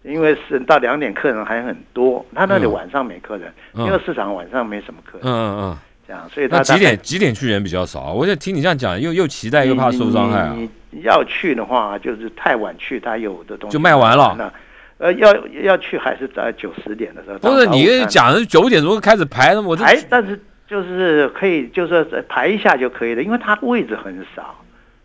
因为是到两点客人还很多，他那里嗯晚上没客人，嗯因为市场晚上没什么客人，嗯嗯嗯，这样，所以他那几点几点去人比较少啊？我就听你这样讲，又又期待又怕受伤害啊嗯你。你你要去的话，就是太晚去，它有的东西就卖完了那呃，要要去还是在九十点的时候？不是早上午你餐讲的九点钟开始排，那我这排，但是就是可以，就是说呃排一下就可以了，因为它位置很少，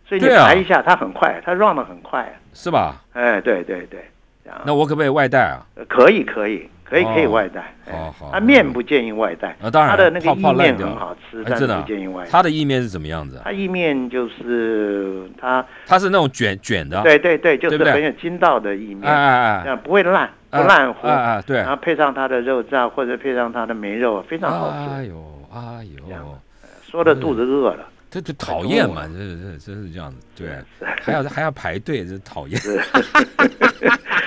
所以你对啊排一下，它很快，它 run 的很快。是吧？哎，对对对，这样那我可不可以外带啊？呃可以可以可以哦可以外带。哎好好它面不建议外带，啊，当然，它的那个泡泡意面烂掉很了。好吃，哎，但是真的不啊建议外，带。它的意面是怎么样子啊？它意面就是它。它是那种卷卷的，对对对，就啊对是不对很有筋道的意面，哎，哎哎这样呃不会烂，不哎，烂糊，哎哎，对然，后配上它的肉燥或者配上它的梅肉，非常好吃。哎呦哎这呦样。说的肚子饿了，这这讨厌嘛，这这真是这样子，对，还要还要排队，这讨厌。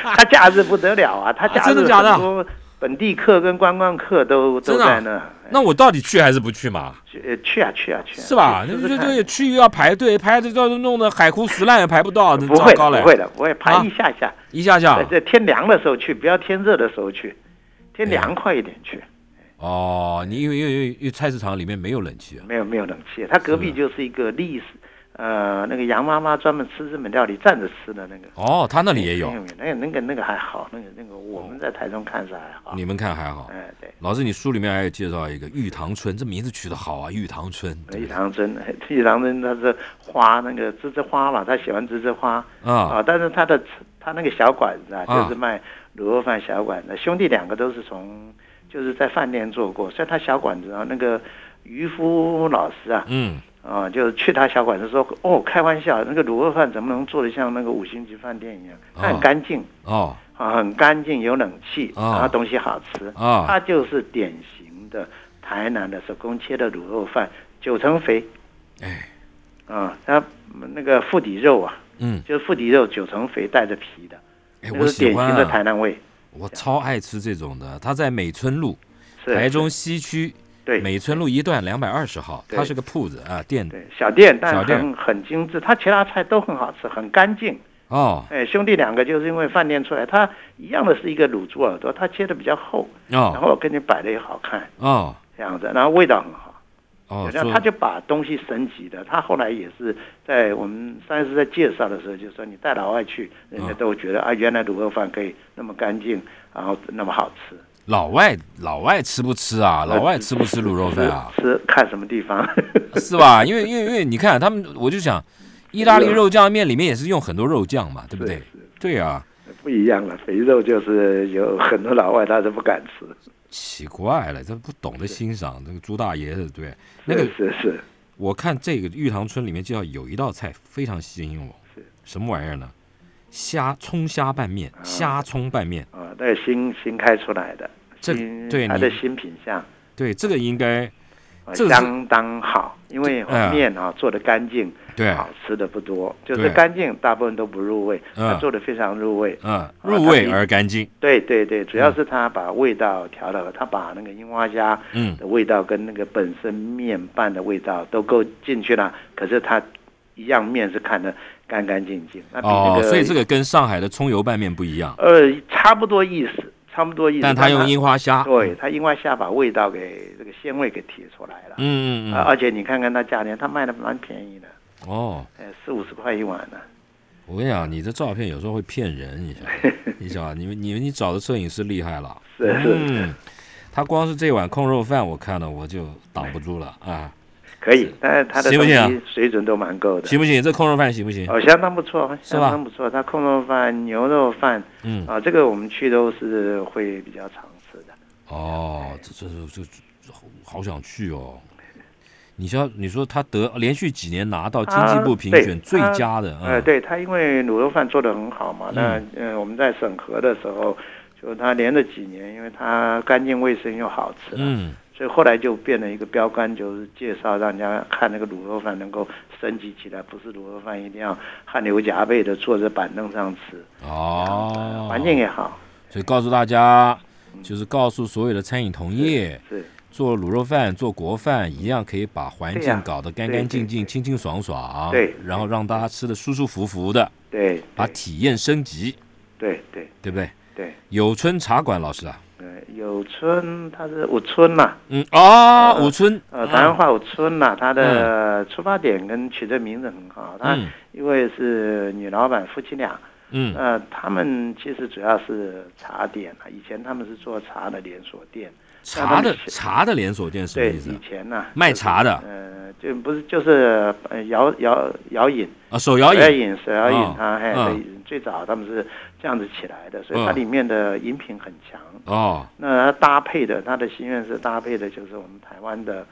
它假日不得了啊！它假真的日假的很多本地客跟观光客都真都的啊在那儿，哎那我到底去还是不去嘛？去去啊去啊去啊！是吧？去那试这试这看这去又要排队，排的到时候弄得海枯石烂也排不到，这不糟会糕的，嘞不！会的，不会啊排一下下，一下下在，这天凉的时候去，不要天热的时候去，天凉快一点哎去。哦，你因为因为因为因为菜市场里面没有冷气啊，没有没有冷气，它隔壁就是一个历史，呃，那个杨妈妈专门吃日本料理站着吃的那个。哦，他那里也没有，有，那个那个那个还好，那个那个我们在台中看是还好。你们看还好。哎，对，老师，你书里面还有介绍一个玉堂春，这名字取得好啊，玉堂春，一堂真， 一堂真它是花那个栀子花嘛，他喜欢栀子花啊啊，但是他的他那个小馆子啊，啊就是卖卤肉饭小馆子，啊兄弟两个都是从就是在饭店做过，所以他小馆子啊，那个渔夫老师啊，嗯，啊，就去他小馆子说，哦，开玩笑，那个卤肉饭怎么能做得像那个五星级饭店一样？它哦很干净哦啊，很干净，有冷气，哦然后东西好吃，啊，它就是典型的台南的手工切的卤肉饭，九成肥哎，啊，它那个腹底肉啊，嗯，就是腹底肉九成肥带着皮的，哎，那我是喜典欢型的啊台，南味，我超爱吃这种的。它在美村路，是台中西区对美村路一段两百二十号，对它是个铺子啊店对小店，但小很店很精致，它其他菜都很好吃，很干净。哦哎，兄弟两个就是因为饭店出来，它一样的是一个卤猪耳朵，它切的比较厚，然哦后我给你摆的也好看，哦这样子，然后味道很好。哦，然后说他就把东西升级的。他后来也是在我们上一次在介绍的时候，就说你带老外去，人家嗯都觉得啊，原来卤肉饭可以那么干净，然后那么好吃。老外老外吃不吃呃啊？老外吃不吃卤肉饭啊？吃看什么地 方？是吧？因为因为因为你看他们，我就想，意大利肉酱面里面也是用很多肉酱嘛，对不对啊是？对啊，不一样了，肥肉就是有很多老外他都不敢吃。奇怪了，这不懂得欣赏那个猪大爷的，对那个是是是，我看这个玉堂春里面介绍有一道菜非常吸引我，什么玩意儿呢？虾葱虾拌面，虾葱拌面，啊，那个新新开出来的，这新对它你的新品相。对这个应该啊这是相当好，因为嗯面啊做的干净，对，好吃的不多，就是对干净，大部分都不入味，嗯它做的非常入味。嗯，入味而干净，对对对，主要是它把味道调了，它把那个樱花虾嗯的味道跟那个本身面拌的味道都够进去了，可是它一样面是看的干干净净，那比那哦，个所以这个跟上海的葱油拌面不一样，呃差不多意思，差不多意思，但它用樱花虾，对它樱花虾把味道给这个鲜味给提出来了，嗯嗯啊嗯，而且你看看它价钱，它卖的蛮便宜的。哦。呃，四五十块一碗呢、我跟你啊讲，你这照片有时候会骗人，你知道吗？你知道吧？你们你们你找的摄影师厉害了，是是嗯，他光是这碗控肉饭，我看了我就挡不住了啊！可以，但是它的行不东行啊西水准都蛮够的，行不行？这控肉饭行不行？哦，相当不错，是吧相当不错。它控肉饭、牛肉饭嗯，啊，这个我们去都是会比较常吃的。哦，这这这这这好好想去哦！你像你说他得连续几年拿到经济部评选啊对最佳的，呃，嗯，对，它因为卤肉饭做得很好嘛，那呃我们在审核的时候，就它连着几年，因为它干净卫生又好吃，啊嗯，所以后来就变成一个标杆，就是介绍让人家看那个卤肉饭能够升级起来，不是卤肉饭一定要汗流浃背的坐在板凳上吃，哦，环境也好，所以告诉大家，就是告诉所有的餐饮同业，是。做卤肉饭、做国饭一样，可以把环对境呀搞得干干净净、清清爽爽，对然后让大家吃的舒舒服服的，对，把体验升级，对对对不对？对，有春茶馆老师啊，呃，有村它是五村呐、嗯啊，呃五春，呃，台湾啊话有村呐、它的出发点跟取这名字很好，它嗯因为是女老板夫妻俩，嗯呃，他们其实主要是茶点啊，以前他们是做茶的连锁店，茶那的他们茶的连锁店是什对，么意思以啊？前呐、卖茶的呃，就不是就是呃摇摇摇饮，啊，手摇手摇饮，饮，手摇哦饮啊，嘿，嗯对最早他们是这样子起来的，所以它嗯里面的饮品很强。哦，那它搭配的，它的心愿是搭配的，就是我们台湾的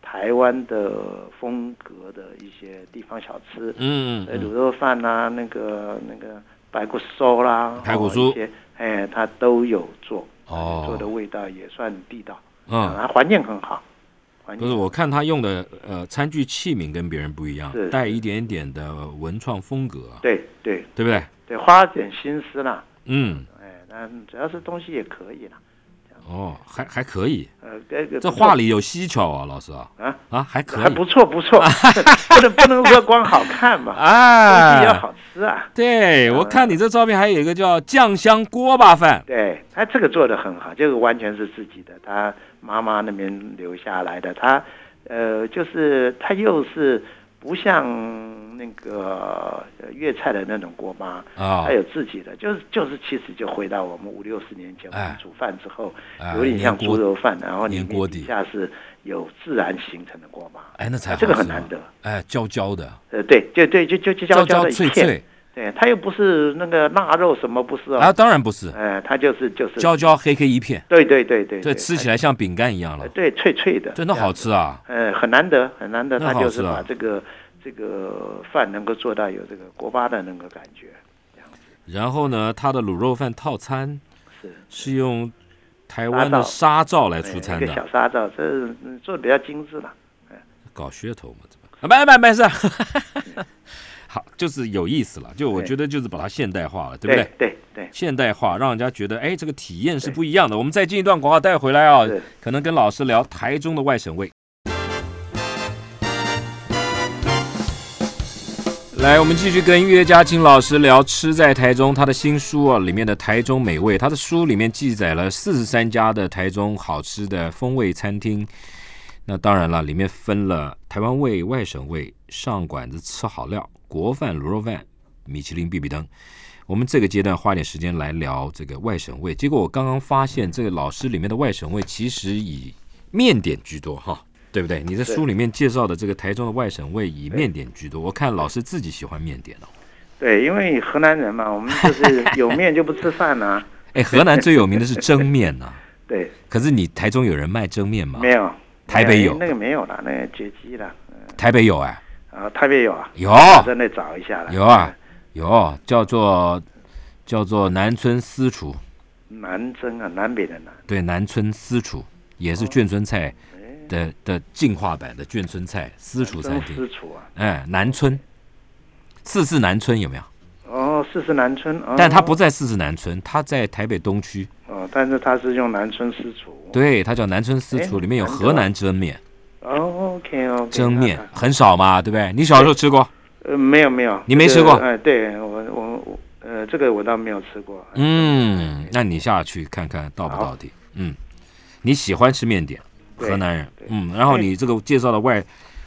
台湾的风格的一些地方小吃，嗯呃，嗯卤肉饭啦、那个那个排骨酥啦，排骨哦酥一些，哎，它都有做，哦做的味道也算地道，嗯，啊，环境很好，环不境是，我看他用的呃餐具器皿跟别人不一样是，带一点点的文创风格，对对对不对？对，花点心思啦，嗯，哎，那主要是东西也可以啦，哦，还还可以，呃，这个这不错话里有蹊跷啊，老师啊啊啊，还可还以不错不错， 不能不能说光好看 哎嘛，东西要啊。好吃啊。对，我看你这照片还有一个叫酱香锅巴饭，对他这个做的很好，这个完全是自己的，他妈妈那边留下来的。他，呃，就是他又是不像那个呃粤菜的那种锅巴，啊他有自己的，就是就是其实就回到我们五六十年前我哎们煮饭之后，哎有点像粘锅猪肉饭，然后里粘锅面底底下是有自然形成的锅巴。哎，那才好吃这个很嘛难得，哎，焦焦的，呃，对，就对，就就就焦焦的一脆片，脆，对，它又不是那个腊肉什么，不是哦，啊，当然不是，呃，它就是就是焦焦黑黑一片，对对对对，哎这吃起来像饼干一样它，了呃，对，脆脆的，真的好吃啊！这样，呃，很难得，很难得，那他好就吃是啊把这个这个饭能够做到有这个锅巴的那个感觉，然后呢，它的卤肉饭套餐是是用台湾的沙枣来出呃餐一个的，小沙枣，这嗯做的比较精致了，搞噱头嘛，怎么？啊，没没没事， 好，就是有意思了，就我嗯对觉得就是把它现代化了，对不对对？对对，现代化，让人家觉得哎，这个体验是不一样的。我们再进一段广告带回来啊是，可能跟老师聊台中的外省味。来，我们继续跟岳家清老师聊《吃在台中》他的新书啊，里面的台中美味。他的书里面记载了四十三家的台中好吃的风味餐厅。那当然了，里面分了台湾味、外省味、上馆子吃好料、国饭卤肉饭、米其林必比登。我们这个阶段花点时间来聊这个外省味，结果我刚刚发现，这个老师里面的外省味其实以面点居多哈，对不对？你在对书里面介绍的这个台中的外省味以面点居多，我看老师自己喜欢面点哦。对，因为河南人嘛，我们就是有面就不吃饭呐、 哎，河南最有名的是蒸面呐、对， 可是你台中有人卖蒸面吗？没有。啊哎台北有那个没有了，那个绝迹了。台北有哎，啊，台北有啊，有我在那找一下了。有啊，有，叫做叫做南村私厨，南征啊，南北的南。对，南村私厨也哦是眷村菜哎的的进化版的眷村菜私厨餐真厅，私厨啊，哎，南村，四四南村有没有？哦，四四南村，哦、但它不在四四南村，它在台北东区，哦，但是他是用南村私厨。对，它叫南村私厨，哎里面有难得河南蒸面，哦，OK OK。蒸面那他很少嘛，对不对？你小时候吃过？呃，没有没有，你没这吃个过哎、对我我我，呃，这个我倒没有吃过。嗯，那你下去看看到不到底。嗯，你喜欢吃面点，对河南人对。嗯，然后你这个介绍的外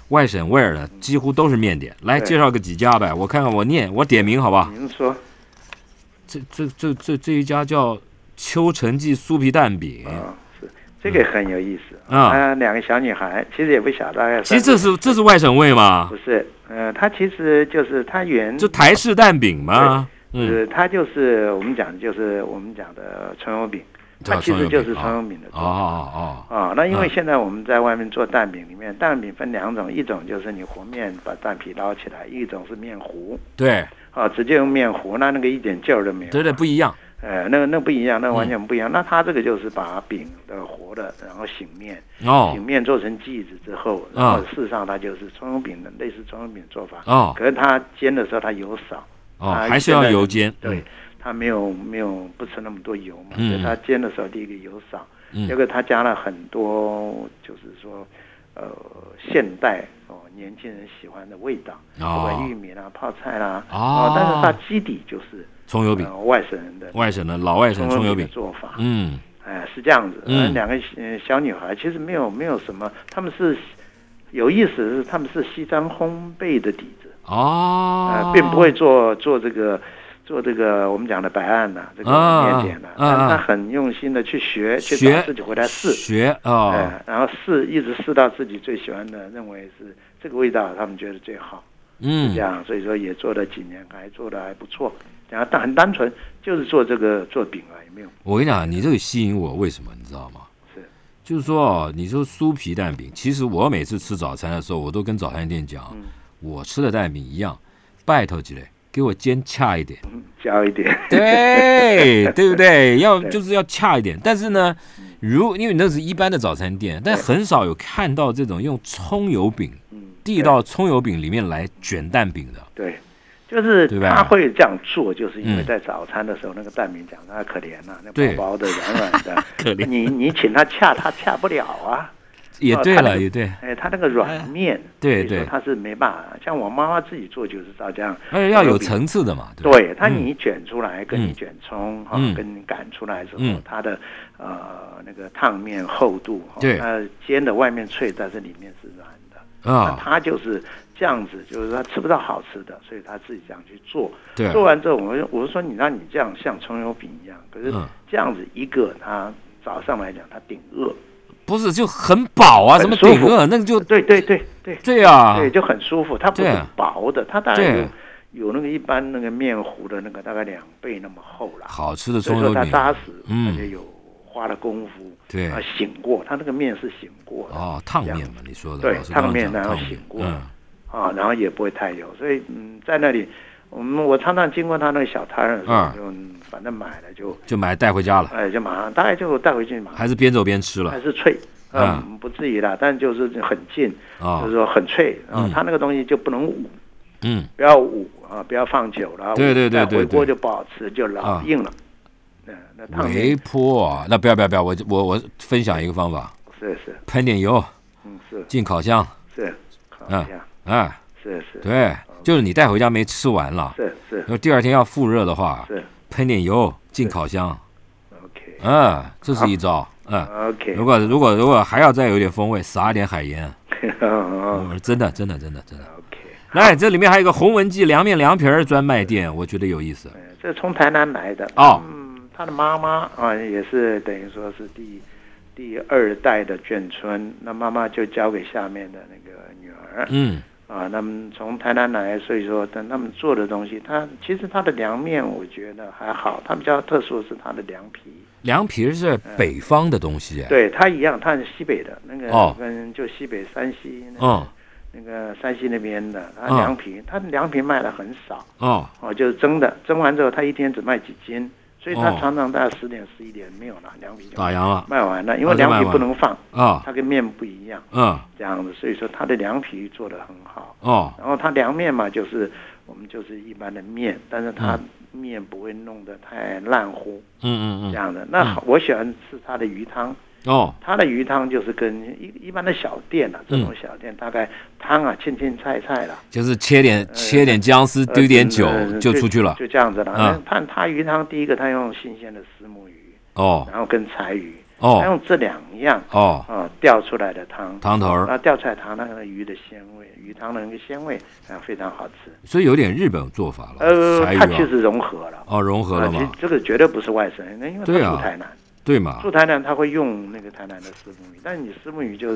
外省味儿的几乎都是面点，来对嗯介绍个几家呗，我看看我念我点名好吧。您说，这这这这这一家叫邱成记酥皮蛋饼，啊，是这个很有意思嗯啊她两个小女孩，其实也不小，大概其实这是是这是外省味嘛不，是？呃，她其实就是她原就台式蛋饼嘛。嗯，是她就是我们讲的就是我们讲的葱油饼，对它吧其实就是葱葱油油饼饼的哦做法哦哦，啊，那因为嗯现在我们在外面做蛋饼，里面蛋饼分两种，一种就是你和面把蛋皮捞起来，一种是面糊，对啊，直接用面糊，那那个一点劲儿都没有。对对，不一样。呃，那个那不一样，那嗯完全不一样。那它这个就是把饼的活的，然后醒面，哦啊醒面做成剂子之后，然后事实上它就是葱油饼的类似葱油饼做法。哦可是它煎的时候它油少，哦，它还是要啊现在油煎。对，它没有没有不吃那么多油嘛，嗯所以它煎的时候第一个油少，嗯第二个它加了很多就是说，呃，现代哦年轻人喜欢的味道，哦不管玉米啦、泡菜啦，哦但是它基底就是葱油饼，呃外省人的外省的老外省葱油饼饼的。做法，嗯，哎，是这样子。嗯呃两个呃小女孩其实没有没有什么，她们是有意思的是她们是西餐烘焙的底子，哦呃，并不会做做这个做这个我们讲的白案呐、这个啊面点呐、啊啊但她很用心的去学，去学找自己回来试，学哎、啊，然后试一直试到自己最喜欢的，认为是这个味道，他们觉得最好，这嗯，样，所以说也做了几年，还做的还不错。然后但很单纯，就是做这个做饼啊，也没有我跟你讲，你这个吸引我，为什么你知道吗？是就是说哦，你说酥皮蛋饼，其实我每次吃早餐的时候，我都跟早餐店讲，嗯我吃的蛋饼一样，拜托几嘞，给我煎恰一点，教一点。 对对不对？要对就是要恰一点，但是呢，嗯如因为那是一般的早餐店，但很少有看到这种用葱油饼嗯，递到葱油饼里面来卷蛋饼的。对，就是对吧他会这样做，就是因为嗯在早餐的时候，那个蛋饼讲他可怜呐、那对薄薄的、软软的， 可怜你你请他恰，他恰不了啊。也哦对它那了，个也对，哎，他那个软面， 对所以说对他是没办法。像我妈妈自己做就是照这样，而且哎要有比层次的嘛，对吧？对它你卷出来，跟你嗯卷葱哈嗯，跟你擀出来之后嗯，它的呃那个烫面厚度，哈对它煎的外面脆，但是里面是软的。那啊，他就是这样子，就是他吃不到好吃的，所以他自己这样去做。对做完之后，我们我是说你让你这样像葱油饼一样，可是嗯这样子一个，他早上来讲他顶饿，不是就很饱啊，很什么舒顶服饿，那个就对对对对对啊，对，就很舒服。它不对是啊薄的，它大概对有有那个一般那个面糊的那个大概两倍那么厚啦。好吃的所以葱油说它饼，扎实，嗯而且有花了功夫，对啊，醒过，它那个面是醒过的，哦，烫面嘛，你说的，对老师刚刚烫面讲然后烫面醒，过嗯，啊，然后也不会太油，所以嗯，在那里，我们我常常经过他那个小摊儿的时候，嗯就嗯反正买了就，就买带回家了，哎，就马上大概就带回去嘛，还是边走边吃了还是脆，嗯，不至于啦，但就是很近，啊就是，说很脆，啊，嗯它那个东西就不能捂，嗯，不要捂啊，不要放久了，对对对捂再对回对锅就不好吃，就老啊硬了，嗯，那烫微面波啊，那不要不要不要，我我我分享一个方法，是是，喷点油嗯是进烤箱，是，烤嗯一下，哎，是是对，就是你带回家没吃完了，是是要第二天要复热的话，是喷点油进烤箱， ，OK，嗯，这是一招。嗯， OK，如果如果如果还要再有点风味，撒一点海盐。 哦我真的真的真的真的。 ，OK，来，这里面还有一个洪文记凉面凉皮儿专卖店，我觉得有意思。呃这从台南来的。哦嗯，他的妈妈啊，也是等于说是第第二代的眷村，那妈妈就交给下面的那个女儿。嗯啊，那么从台南来，所以说等他们做的东西，它其实它的凉面我觉得还好，它比较特殊的是它的凉皮，凉皮儿是北方的东西。，对它一样，它是西北的那哎哦个跟就西北山西那个、嗯那个山西那边的，它嗯凉皮，它凉皮卖的很少，哦哦，就是蒸的，蒸完之后它一天只卖几斤，所以它哦常常大概十点十一点没有了凉皮就打烊了卖完了，因哦为就凉卖皮完不能放，啊它跟面不一样嗯这样子，所以说它的凉皮做的很好。哦然后它凉面嘛，就是我们就是一般的面，但是它面不会弄得太烂糊嗯嗯这样的。那好我喜欢吃它的鱼汤，嗯哦它的鱼汤就是跟一一般的小店啊，这嗯种小店大概汤啊青青菜菜啦，就是切点切点姜丝，丢点酒呃就出去了。就这样子了。那嗯看它鱼汤，第一个它用新鲜的石目鱼，哦然后跟柴鱼，它哦用这两样哦，啊调出来的汤。汤头儿，那调出来汤，那个鱼的鲜味，鱼汤的那个鲜味啊，非常好吃。所以有点日本做法了，呃柴，它其鱼啊实融合了，哦融合啊，了其实嘛，这个绝对不是外省人，那因为他对啊住台南，对嘛住？台南他会用那个台南的石目鱼，但是你石目鱼就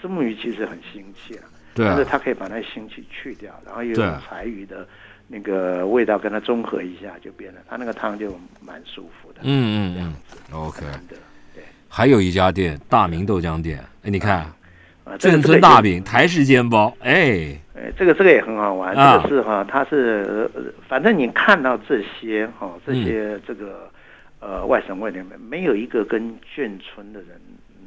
石目鱼其实很腥气啊，对但啊是，它可以把那腥气去掉，然后又对啊有柴鱼的那个味道跟它中和一下，就变了，它那个汤就蛮舒服的，嗯嗯这样嗯子，OK。难得还有一家店，大明豆浆店，哎，你看啊，这眷个村大，饼、台式煎包，哎，呃，这个这个也很好玩，啊这个是哈，它是呃反正你看到这些哈，这嗯些这个呃外省味里面，没有一个跟眷村的人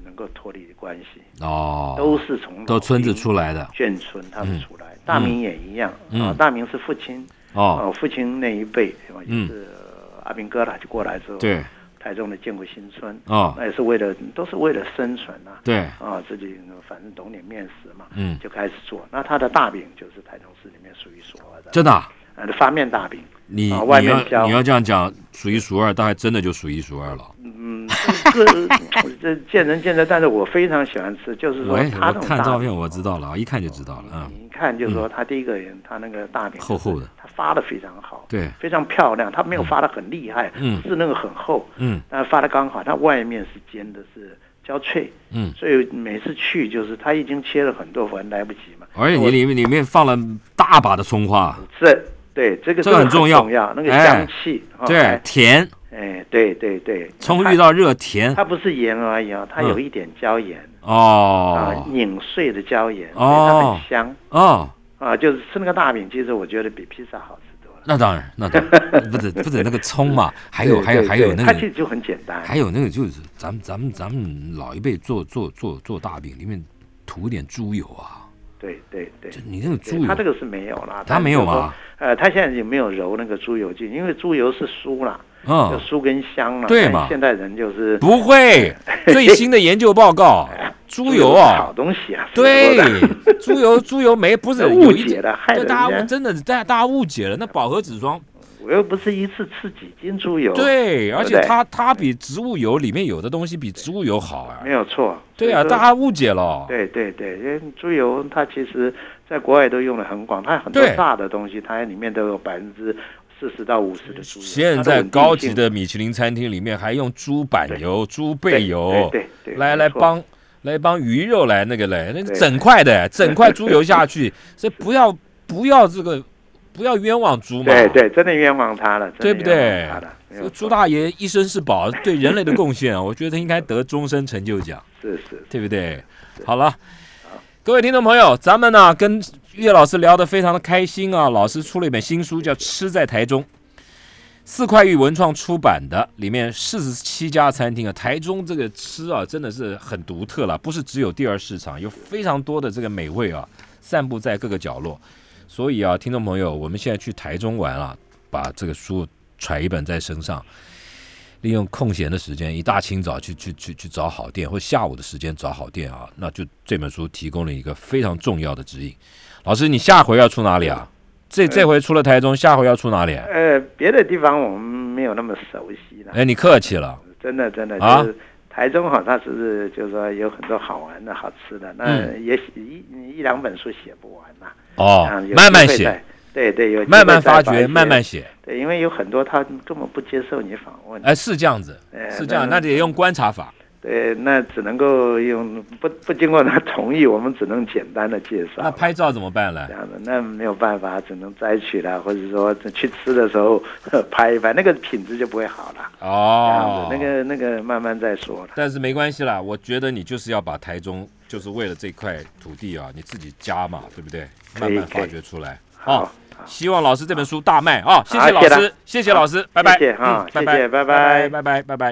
能够脱离的关系，哦，都是从都村子出来，来的，眷村他们出来，大明也一样嗯啊，大明是父亲哦，啊，父亲那一辈是吧嗯也是呃阿兵哥了，就过来之后，对，台中的建国新村，哦，那也是为了都是为了生存啊。对，啊，自己反正懂点面食嘛，嗯就开始做。那他的大饼就是台中市里面数一数二的，真的啊，呃，发面大饼，你啊外你面要浇你要这样讲，数一数二，大概真的就数一数二了。嗯，这个 这见仁见智，但是我非常喜欢吃，就是说我也他我这种看大照饼片我知道了啊，一看就知道了，嗯，你一看就说他第一个人，他那个大饼厚厚的，他发的非常好，对非常漂亮，他没有发的很厉害，嗯是那个很厚，嗯但发的刚好，它外面是煎的是焦脆，嗯，所以每次去就是他已经切了很多份，来不及嘛，而且你里面里面放了大把的葱花，这对这个这这个个很重重要那个哎香气，啊对，哎甜，哎，对对对，葱遇到热甜它，它不是盐而已啊，它嗯有一点椒盐啊哦，拧碎的椒盐，所以它哦很香哦，啊。就是吃那个大饼，其实我觉得比披萨好吃多了。那当然，那当然，不止不止那个葱嘛，还有对哎还有对还有对那它其实个，就很简单，还有那个就是咱们咱们咱们老一辈做做做做大饼里面涂点猪油啊，对对对就。你那个对猪油它这个是没有啦，它没有吗？呃，它现在也没有揉那个猪油进，因为猪油是酥啦，就嗯，酥跟香啦。对但嘛现代人就是不 会，最新的研究报告，猪油是好啊，东西啊，对是不是，猪油猪油没不是 误有一解阵了，害对人大家家误。真的大大家误解了，那饱和脂肪我又不是一次吃几斤猪油，，对，而不且对它它比植物油里面有的东西比植物油好啊没，有错。对啊，所以说大家误解了，对对对，因为猪油它其实在国外都用的很广，它很多对大的东西，它里面都有百分之四十到五十的猪油。现它的在稳定高级性的米其林餐厅里面还用猪板油、猪背油，对对对来没来错帮来帮鱼肉来那个嘞，那个对整块的整块猪油下去，所以不要不要这个不要冤枉猪嘛，对对，真的冤枉它了，真的对不对冤枉它了没这个有猪错大爷一生是宝，对人类的贡献啊，我觉得应该得终身成就奖。是是，对不对？好了，各位听众朋友，咱们呢跟岳老师聊得非常的开心啊。老师出了一本新书，叫《吃在台中》，四块玉文创出版的，里面四十七家餐厅啊，台中这个吃啊真的是很独特了，不是只有第二市场，有非常多的这个美味啊，散布在各个角落。所以啊，听众朋友，我们现在去台中玩啊，把这个书揣一本在身上，利用空闲的时间，一大清早去去去去找好店，或下午的时间找好店啊，那就这本书提供了一个非常重要的指引。老师，你下回要出哪里啊？哎这这回出了台中，下回要出哪里？呃，别的地方我们没有那么熟悉了。哎，你客气了，真的真的啊就是台中哈，它只是就是说有很多好玩的好吃的，那也写一一两本书写不完呐、嗯哦啊，有慢慢机会写再，。对对，有机慢慢会再发把一掘，些慢慢写。对，因为有很多他根本不接受你访问，哎，是这样子，哎是这样，那那得用观察法。对，那只能够用不不经过他同意，我们只能简单的介绍。那拍照怎么办呢这？样的，那没有办法，只能摘取了，或者说去吃的时候呵拍一拍，那个品质就不会好了。这样哦子，，那个那个慢慢再说了。但是没关系啦，我觉得你就是要把台中，就是为了这块土地啊，你自己加嘛，对不对？可慢以慢可以发掘出来。好啊，希望老师这本书大卖啊！谢好老谢了师，谢谢老师，拜拜。谢谢啊嗯谢拜谢拜，拜拜拜拜，拜拜，拜拜。